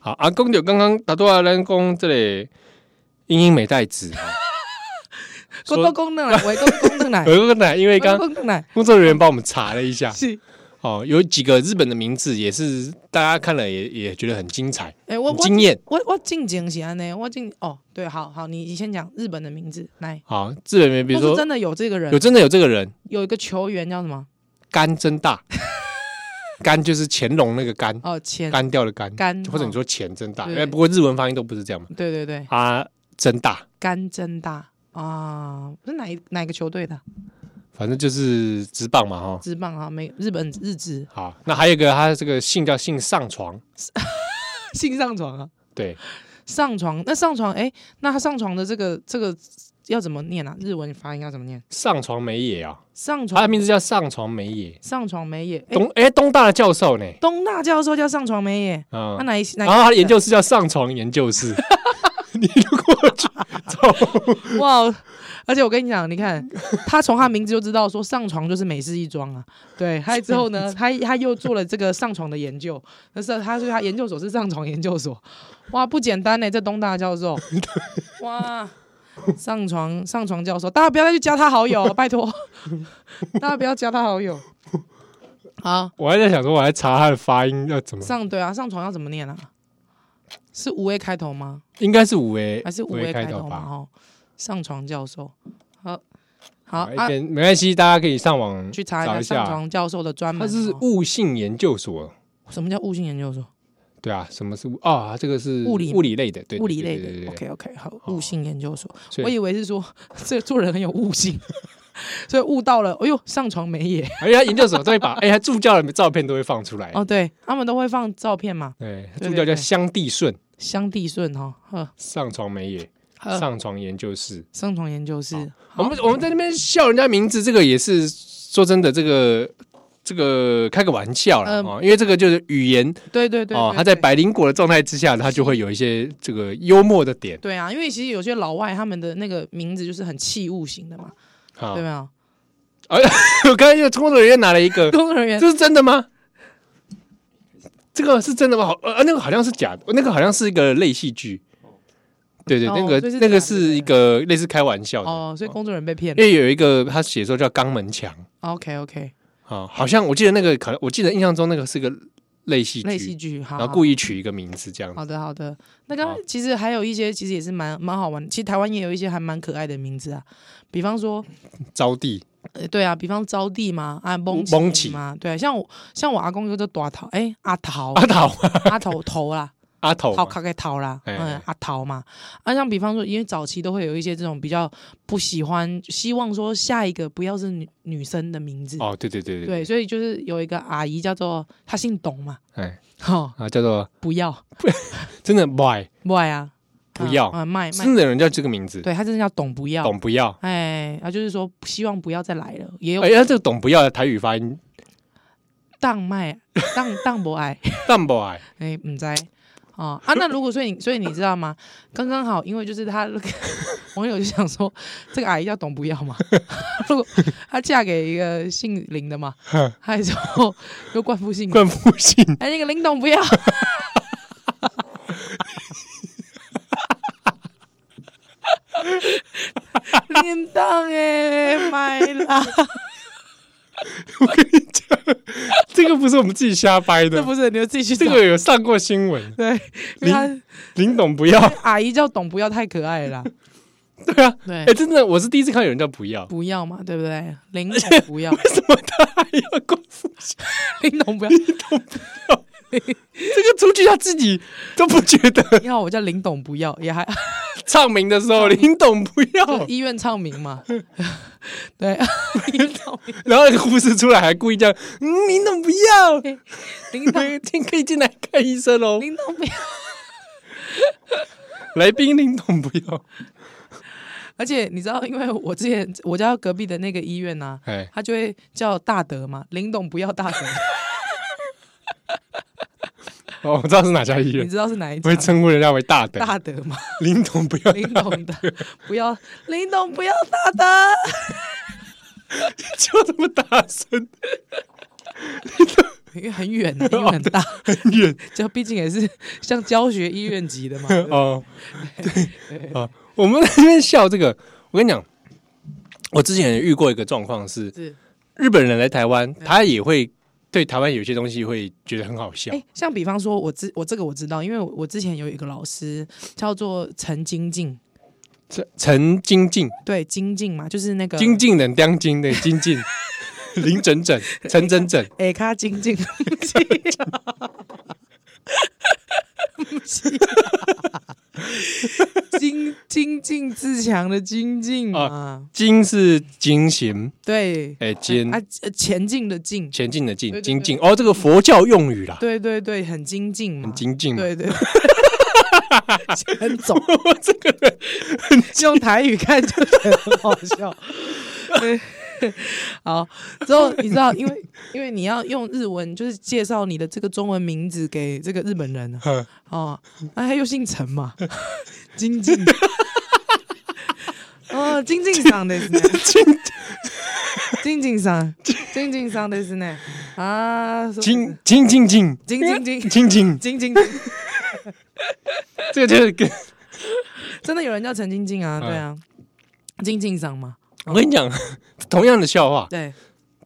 好，阿公就刚刚打多阿咱讲这里英英美代子啊，公公公的奶，喂公 公的奶，有个奶，因为刚公公奶工作人员帮我们查了一下，是。哦，有几个日本的名字也是大家看了也也觉得很精彩、哎、我很我惊艳。我我进前是安呢，我进哦，对，好好，你你先讲日本的名字来，好，日本名比如或是说真的有这个人有，真的有这个人，有一个球员叫什么？干真大，干就是乾隆那个干，哦，前干掉的干，干，或者你哦，说钱真大，对哎，不过日文发音都不是这样嘛。对对对，啊，真大，干真大啊，是哪一哪一个球队的反正就是直棒嘛，哈。职棒啊？美日本日职好，那还有一个，他这个姓叫姓上床，新上床啊，对，上床那上床哎、那他上床的这个这个要怎么念啊？日文发音要怎么念？上床美野啊，上他的床名字叫上床美野，上床没野，哎、东哎东大的教授呢，东大教授叫上床没野，啊他、，哪一哪然后他的研究室叫上床研究 室，你如果去找，哇！而且我跟你讲，你看 他从他名字就知道说上床就是美式一桩啊。对，还之后呢，他他又做了这个上床的研究，但是他说他研究所是上床研究所，哇，不简单呢，这东大教授，哇，上床上床教授，大家不要再去加他好友了，拜托，大家不要加他好友。好，我还在想说，我还查他的发音要怎么，上对啊，上床要怎么念啊？是五 A 开头吗？应该是五 A 还是五 A 开开头嘛？吧？哦，上床教授，好，好好，一啊，嗯边没关系，大家可以上网去查找一下上下，床教授的专门它哦。是物性研究所。什么叫悟性研究所？对啊，什么是物啊？这个是物理物理类的，对物理对类对对的。对对 OK OK，好，哦悟性研究所。所我以以为是说这做人很有悟性， 所以悟到了。哎呦，上床没也？而且他研究所都 会把哎，他助教的照片都会放出来。哦，对，他们都会放照片嘛，对，对助教叫对对香地顺，相地顺哈，呵上床美野，呵，上床研究室。上床研究室。我们我们在那边笑人家名字，这个也是说真的，这个这个开个玩笑啦嗯哦，因为这个就是语言对对对，哦，对他在对百灵果的状态之下，他就会有一些这个幽默的点对啊，因为其实有些老外他们的那个名字就是很器物型的嘛，啊对。没有？我刚才又工作人员拿了一个，工作人员这是真的吗？这个是真的吗？好，呃，那个好像是假的，那个好像是一个类戏剧。对对，哦那个所以是那个假的是一个类似开玩笑的，哦，所以工作人员被骗因。为有一个他写说叫肛门墙 OK OK，啊，好像我记得那个可能我记得印象中那个是个类戏类戏剧，剧，好，然后好故意取一个名字这样子。好的，好的。那刚好刚其实还有一些，其实也是蛮蛮好玩的。其实台湾也有一些还蛮可爱的名字啊，比方说，招娣呃，对啊，比方招娣嘛，啊，蒙蒙起起嘛，对啊、像我像我阿公就叫大桃，哎、阿 桃，阿桃阿头头啦，阿头好嘛，卡给桃啦，哎嗯，阿桃嘛。啊，像比方说，因为早期都会有一些这种比较不喜欢，希望说下一个不要是女女生的名字，哦，对对对对，对，所以就是有一个阿姨叫做她姓董嘛，哎哈、啊叫做不要，真的 why 不爱啊，不要啊，卖卖真，的有人叫这个名字，对他真的叫董不要。懂不要？哎，啊，就是说希望不要再来了，也有哎呀，这个懂不要的台语发音当卖当当不爱， 淡薄哎，哎，唔知哦啊。那如果所以你所以你知道吗？刚刚好，因为就是他 网友就想说，这个阿姨叫董不要嘛， 如果她嫁给一个姓林 的嘛，她之后又冠夫姓林，冠夫姓哎，那个林董不要，林董哎，买啦。 这个不是我们自己瞎掰这的，不是你们自己去这找。个有上过新闻。对，因为他林董不要，阿姨叫董不要太可爱了啦，对啊， 对哎、，真的，我是第一次看有人叫不要，为不要嘛，对不对？林董不 要，什么他还要冠夫姓？林董不要，这个出去他自己都不觉得，你好，我叫林董不要，也还唱名的时候林董不就是要， 医院唱名嘛，对， 林董然后那个护士出来还故意这样，嗯，林董不要，林董每天可以进来看医生哦，林董不要，来宾林董不要，而且你知道，因为我之前我家隔壁的那个医院呐、哎，他就会叫大德嘛，林董不要大德，哦，我知道是哪家医你院，知道是哪一我家会？称呼人家为大德，大德 嘛，林董不要，林董的不要，林董不要大德。就这么大声，因为很远、啊， 医院很大，很远这毕竟也是像教学医院级 的嘛。哦，对啊，我们在那边笑这个，我跟你讲，我之前也遇过一个状况是，是，嗯日本人来台湾，他也会对台湾有些东西会觉得很好笑哎、。像比方说，我知我这个我知道，因为我我之前有一个老师叫做陈金静，陈陈金靖，对，金静嘛，就是那个金靖人当金的金 靖，林整整，陈整整，哎，卡金静，不是啊不是啊 精精进自强的精进嘛，金是金行，啊对，哎，金啊，呃前进的进，前进的对进，对精进哦，这个佛教用语啦，对对对，很精进嘛，很精进嘛。对对。很 走，这个人用台语看就觉得很好笑。对， 好，之后你知道，因为因为你要用日文，就是介绍你的这个中文名字给这个日本人啊哼哦，啊，他又姓陈 嘛，金靖。哦，金靖さんですね。金靖さん，金靖さんですね。啊，そう金金金金金金金金金，金靖。这个就是 跟真的有人叫陈晶晶啊，嗯对啊，晶晶上嘛，我跟你讲，同样的笑话，对，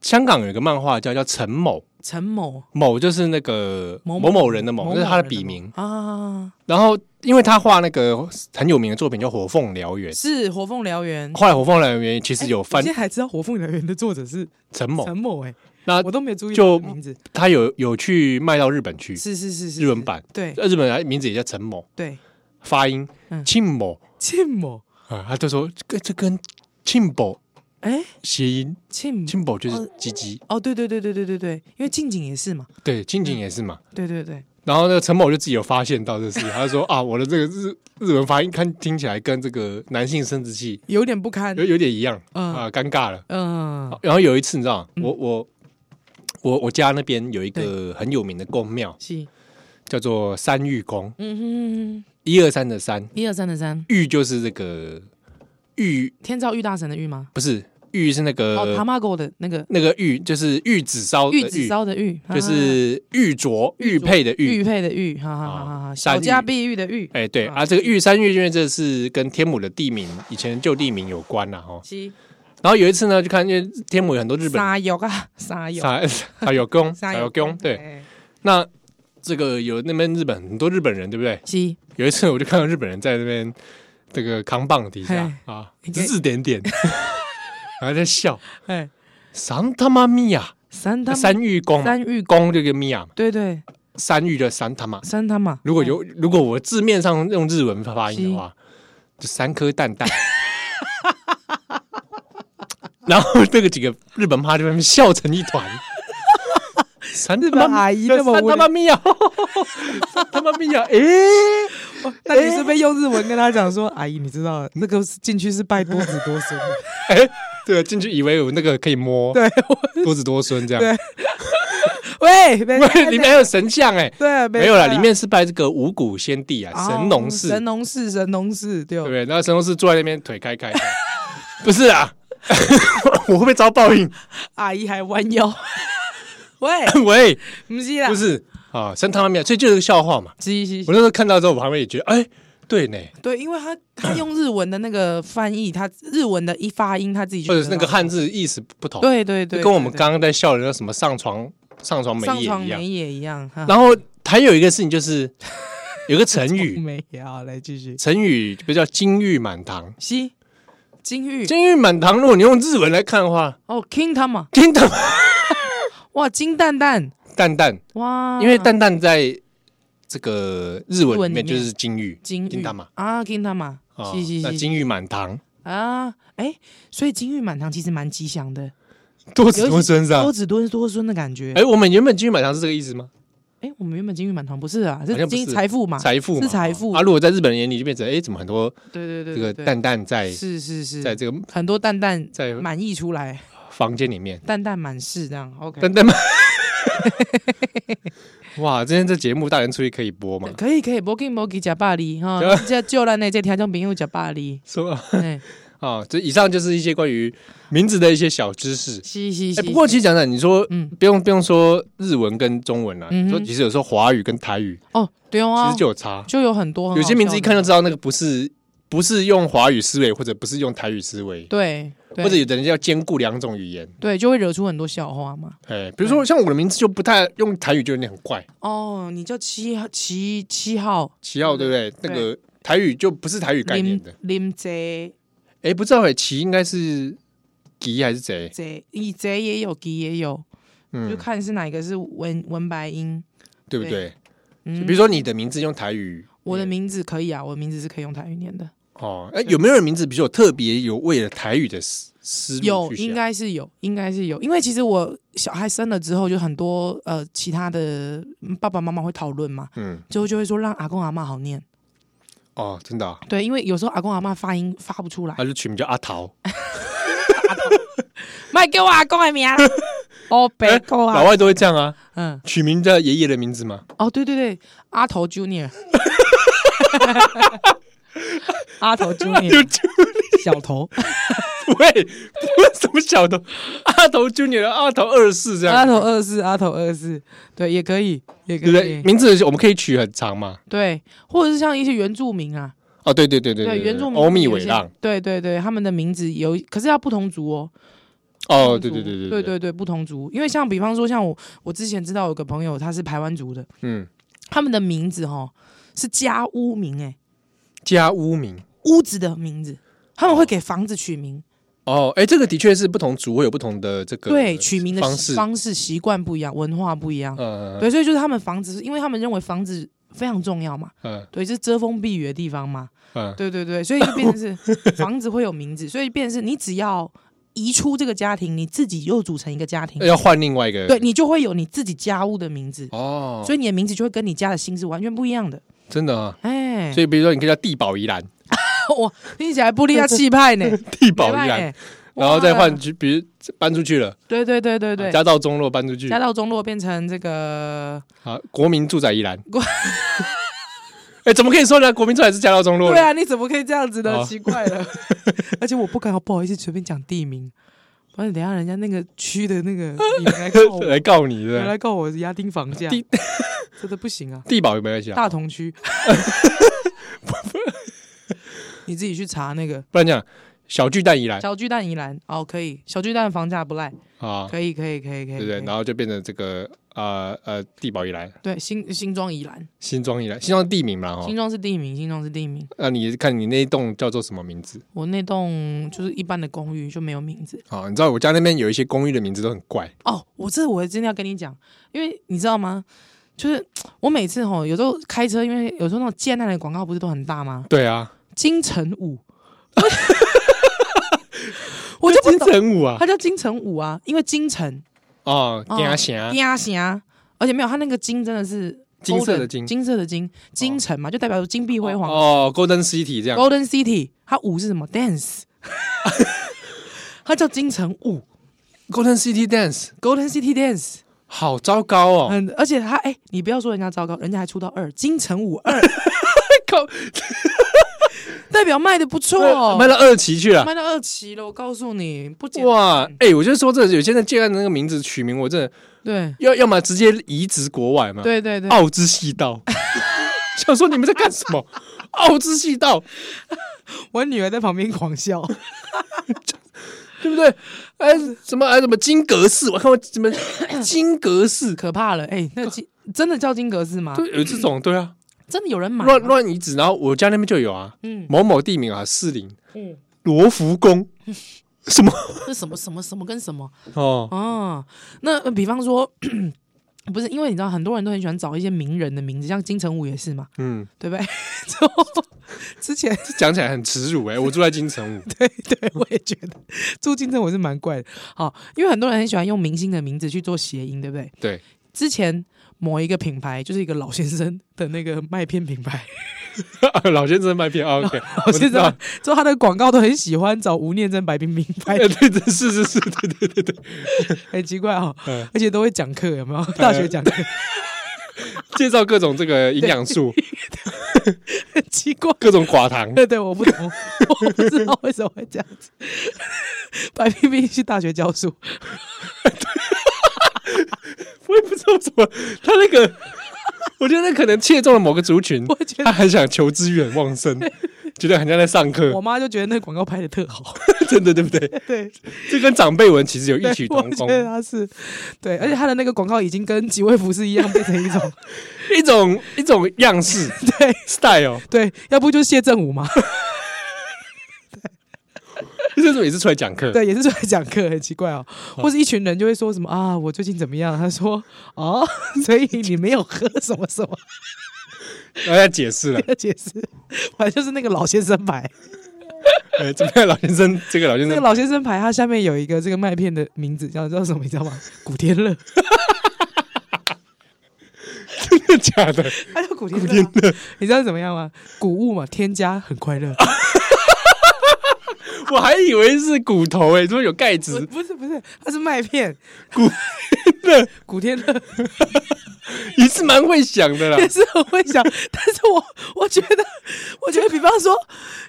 香港有一个漫画家叫陈某。陈某某就是那个某某某某人的某，某那是他的某人笔名。啊，然后，因为他画那个很有名的作品叫《火凤燎原》，是《火凤燎原》。后来《火凤燎原》其实有我翻嗯哎现在还知道《火凤燎原》的作者是陈某，陈某，哎，那我都没注意就到他的名字，他有有去卖到日本去，是是是是日文是版对呃日本人名字也叫陈某，对，发音嗯庆某庆某，啊，他就说这个这跟庆某哎，谐音，庆庆某就是哦鸡鸡，哦，对对对对对对对，因为静景也是嘛，对，嗯庆景也是嘛。对对对，然后呢，陈某就自己有发现到这事，他就说啊，我的这个日日文发音看听起来跟这个男性生殖器有点不堪有，有点一样嗯啊，尴尬了。嗯，然后有一次，你知道，我我我我家那边有一个很有名的宫庙，是，叫做三玉宫，嗯哼哼哼，一二三的三，一二三的三，玉就是这个玉，天照玉大神的玉吗？不是玉是那个、哦，塔玛狗的那个那个玉，就是玉子烧的玉子烧的玉，就啊是玉镯玉佩的玉玉。佩的玉，哈哈哈哈哈，啊小山家芋碧玉的玉，哎、对啊啊，这个玉山玉，因为这是跟天母的地名，以前旧地名有关啦、哈。七然后有一次呢，就看因为天母有很多日本沙油啊，沙油，沙 沙有宫，沙沙有宫，对，哎，那这个有那边日本很多日本人，对不对？七有一次我就看到日本人在那边这个扛棒底下啊，嘿指指点 点，然后在笑。哎，三他妈咪呀，三他三玉啊公三玉公，公这个咪呀，对对，三玉的三他妈。三他嘛，如果有如果我字面上用日文发音的话，就三颗蛋 蛋。然后那个几个日本趴就在那边笑成一 团。三日他本妈阿姨那么三无他聊妈，咪呀，啊 三他妈咪呀，诶。哦那你是被用日文跟他讲说，阿姨，你知道那个是进去是拜多子多孙的， 哎，对，进去以为我那个可以摸，对，多子多孙这样对，喂，没喂 里面还有神像哎，对没有啦啦，里面是拜这个五谷先帝啊，哦神农氏，神对农氏，神农氏，对不哦，对？然后神农氏坐在那边腿开开，不是 啊， 我会不会遭报应？阿姨还弯腰， 喂， 喂，不是啦，不，是啊，神他妈庙，所以就是个笑话嘛。七七我那时候看到之后，我旁边也觉得，哎，对呢，对，因为他他用日文的那个翻译，他日文的一发音他自己就或者是知那个道，汉字意思不同，对对对，就跟我们对对刚刚在笑的那什么上床上床没上也床一样没。也一样，哈，然后还有一个事情就是， 有个成语 没也好，来继续。成语不叫金玉满堂。西金玉金玉满堂，如果你用日文来看的话，哦，King 他嘛，金蛋哇，金蛋蛋蛋蛋，哇，因为蛋蛋在这个日文里面日文里面就是金玉，金玉金蛋嘛，啊，King 他嘛，啊西西那西金玉满堂，啊，哎，所以金玉满堂其实蛮吉祥的，多子多孙是吧多？子多多孙的感觉。哎，我们原本金玉满堂是这个意思吗？哎，我们原本金玉满堂不是啊，好像不金是财富嘛，财富嘛是财富啊！如果在日本人眼里就变成，哎，怎么很多对对对，这个对对蛋蛋在是是是，在这个很多蛋蛋在满溢出来。房间里面，蛋蛋满是这样 ，OK，蛋蛋嘛。哇，今天这节目大年初一可以播吗？ 可以可以，不给不给加巴黎哈对，这叫咱的这听众朋友加巴 ，黎说哎，啊，这以上就是一些关于名字的一些小知识。嘻嘻嘻。哎，不过其实讲讲，你说嗯，不用不用说日文跟中文啦，嗯哼你说其实有时候华语跟台语哦，对其啊实，就有差，就有很多很好有些名字一看笑就的知道那个不是不是用华语思维，或者不是用台语思维，对，对或者有的人要兼顾两种语言。对，就会惹出很多笑话嘛。哎，比如说像我的名字就不太用台语，就有点很怪，哦，你叫七号七七号奇奥对不嗯对？那个台语就不是台语概念林的。林贼哎，不知道哎，奇应该是吉还是贼？贼，你贼也有，鸡也有，就嗯，看是哪一个是文文白音。对不对对？嗯比如说你的名字用台语，我的名字可以啊，我的名字是可以用台语念的，哦，哎，有没有人名字，比如说有特别有为了台语的思思路有去想应该是有，应该是有，因为其实我小孩生了之后，就很多呃其他的嗯爸爸妈妈会讨论嘛，嗯最后就会说让阿公阿妈好念，哦，真的啊，对，因为有时候阿公阿妈发音发不出来他，就取名叫阿桃，卖给我阿公的名 啦，哦北哥 哎老啊，外都会这样啊，嗯，取名叫爷爷的名字 嘛。哦对对对，阿头 Junior，阿头 Junior，小头，喂， 不是什么小头，阿头 Junior、阿头二世这阿样，头二世，阿头二世，对，也可以，也可对不对？以，名字我们可以取很长嘛。对，或者是像一些原住民啊。哦，对对对对原住民欧米有伟些浪，，对对对，他们的名字有，可是要不同族哦。哦，不对同对族对对对，不同族，因为像比方说像我，我之前知道有个朋友他是排湾族的，嗯，他们的名字哈、是家屋名哎、加屋名。屋子的名字，他们会给房子取名，哦，哎，这个的确是不同族会有不同的这个对，取名的方式，方式习惯不一样，文化不一样，呃对，所以就是他们房子，因为他们认为房子非常重要嘛，嗯对，是遮风避雨的地方嘛，嗯，对对对，所以就变成 是房子会有名字，所以变成是你只要移出这个家庭，你自己又组成一个家庭，要换另外一个嗯对你就会有你自己家屋的名字，哦，所以你的名字就会跟你家的姓是完全不一样的。真的啊。哎，所以比如说你可以叫地保宜兰，哇，听起来布利亚气 派呢，地保宜没办兰，欸然后再换哇去，比如搬出去了，对对对对对，家道中落搬出去家，道中落变成这个，啊，国民住宅宜兰国。哎，怎么可以说呢？国民住宅是家道中落对呢？啊，你怎么可以这样子呢？哦奇怪 了，而且我不敢，不好意思随便讲地名，不然等一下人家那个区的那个你来告我，来告你有人的。来告我押丁房价 地，真的不行啊。地保有没有关系啊？大 同区，你自己去查那个不然讲小巨蛋宜兰小巨蛋宜兰哦，可以，小巨蛋房价不赖，啊，可以，可以，可以，可以，对不对？可以然后就变成这个呃呃地保宜兰、对新新庄宜兰，新庄宜兰，新庄地名嘛哈新。庄是地名，新庄是地名。那你看你那一栋叫做什么名字？我那栋就是一般的公寓就没有名字啊，你知道我家那边有一些公寓的名字都很怪。哦。我这我真的要跟你讲，因为你知道吗？就是我每次吼，有时候开车，因为有时候那种建案的广告不是都很大吗？对啊，金城武， 我就不金懂，城武啊他叫金城武啊，因为金城哦，哦家霞鸭霞，而且没有，它那个金真的是金色的 golden，金金色的金，金城嘛，就代表金碧辉煌。哦，Golden City 这样 Golden City，它舞是什么？Dance，它叫金城舞，Golden City Dance ，Golden City Dance。好糟糕哦。嗯，而且它哎，你不要说人家糟糕，人家还出到二，金城武 二，靠，代表卖的不错哦，卖到二期去了。卖到二期了。我告诉你，不简哇，哎、我就说这有些人建案的那个名字取名，我真的对要要么直接移植国外嘛，对对对，奥之细道。 想说你们在干什么？奥之细道，我女儿在旁边狂笑。对不对？哎，什么哎什么金阁寺？我看过 什么金阁寺？可怕了，哎、那金真的叫金格斯吗？对，有这种对啊，真的有人买吗？乱乱移植。然后我家那边就有啊，嗯某某地名啊，士林嗯，罗浮宫，什 么这什么什么什么跟什么？哦？哦，那呃比方说， 不是因为你知道很多人都很喜欢找一些名人的名字，像金城武也是嘛，嗯，对不对？ 之后之前 这讲起来很耻辱哎、我住在金城武，对对，我也觉得住金城武是蛮怪的。好，因为很多人很喜欢用明星的名字去做谐音，对不对？对，之前某一个品牌就是一个老先生的那个麦片品牌，老先生卖片啊，OK， 老我知先道生做他的广告都很喜欢找吴念真、白冰冰拍哎，对对是是是，对对对对，很奇怪哦嗯，而且都会讲课，有没有？大学讲课介绍各种这个营养素，奇怪。各种寡 糖，对对，我不懂，我不知道为什么会这样子。白冰冰去大学教书，我也不知道怎么，他那个，我觉得那可能切中了某个族群，我觉他得很想求知欲很旺 盛，觉得很像在上课我，妈就觉得那广告拍的特好。 真的对不 对？对，这跟长辈文其实有异曲对我同觉得工，他是对，而且他的那个广告已经跟几位服饰一样，变成一种 一种一种样式对 style，对，要不就是谢振武嘛，这种也是出来讲课，对，也是出来讲课，很奇怪 哦。或是一群人就会说什么啊，我最近怎么样？他说哦， 所以你没有喝什么什么，然后要解释了， 解释，反正就是那个老先生牌，呃，怎么样，老先生，这个老先那个生，老先生牌，它下面有一个这个麦片的名字，叫叫什么，你知道吗？ 古天乐，真的假 的？他叫古天乐啊、 你知道怎么样吗？谷物嘛，添加很快 乐，啊我还以为是骨头诶，说有钙不质，不是不是，它是麦片， 骨那古天乐 也是蛮会想的啦也。是很会想，但是我我觉得，我觉得，比方说，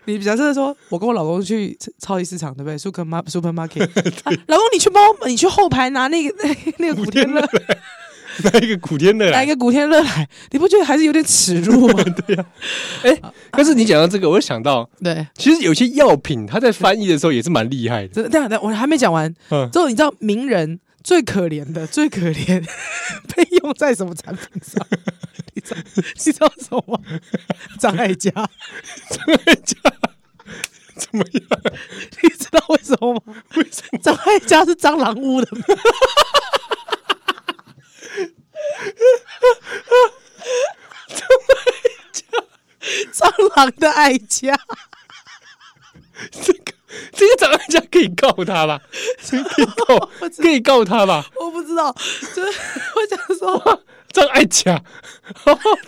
你假设说，我跟我老公去超超级市场，对不对？Super ma- supermarket，、啊、老公你去帮我，你去后排拿那个 那个古天乐，拿一个古天乐啊拿来一。个古天乐来，你不觉得还是有点耻辱 吗？但是你讲到这个，我就想到，对，其实有些药品，它在翻译的时候也是蛮厉害的。真的，但但我还没讲完。 嗯，之后你知道名人最可怜的，最可怜 被用在什么产品上？你知道你知道什么吗？张艾嘉，怎么样？你知道为什么吗？为什么？张艾嘉是蟑螂屋的名字，蟑螂的艾嘉，这个这个长家可以告他吧？可以 告，可以告他吧？我不知道，就是我想说张爱甲，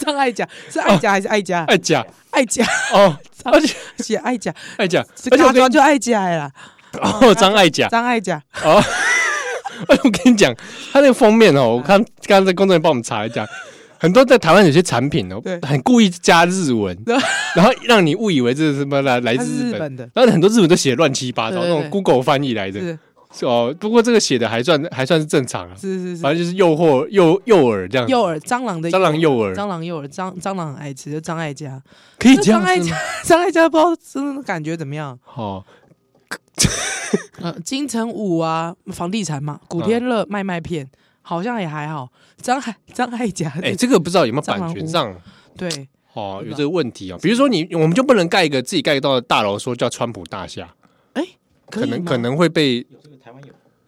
张艾嘉是艾嘉还是艾嘉？爱甲艾嘉 哦，而且写艾嘉，爱甲，这而且个我跟装你就艾嘉 啦，哦，张爱甲张艾嘉。哦。 而且我跟你讲，他那个封面哦，我看刚刚在工作人员帮我们查一下，很多在台湾有些产品哦对，很故意加日 文，然后让你误以为这是什么来来它是自日日本本的然后很多日文都写得乱七八糟，对那对对种 Google 翻译来的是哦。不过这个写的还算还算是正常啊，是是是，反正就是诱惑诱诱饵这样子，诱饵蟑螂的蟑螂诱饵蟑螂诱饵，蟑蟑螂爱吃，就张艾嘉。可以那这样张艾子吗嘉， 张艾嘉不知道真的感觉怎么样？哦。呃，金城武啊，房地产嘛，古天嗯乐卖麦片，好像也还好。张艾张艾嘉，哎、这个不知道有没有版权蟑上对，哦，有不知道这个问题哦。比如说你，我们就不能盖一个自己盖到的大楼，说叫川普大厦，哎，可以能吗可能会被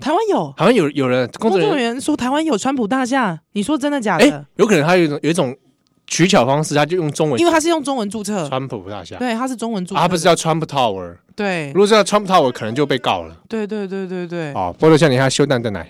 台湾有好像有有人工工作人作人员员说台湾有川普大厦，你说真的假哎、的？有可能他有一种有一种取巧方式，他就用中文因为他是用中文注册，川普大厦，啊，对，他是中文注册，他不是叫川普 Tower。对如果是叫川普 Tower，可能就被告了对对对对对，哦。菠萝少年他修蛋蛋奶，